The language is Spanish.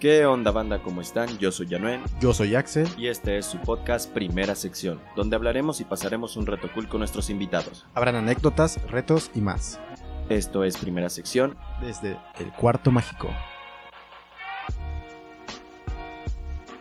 ¿Qué onda banda? ¿Cómo están? Yo soy Yanuel Yo soy Axel. y este es su podcast Primera Sección, donde hablaremos y pasaremos un reto cool con nuestros invitados. Habrán anécdotas, retos y más. Esto es Primera Sección. Desde el cuarto mágico.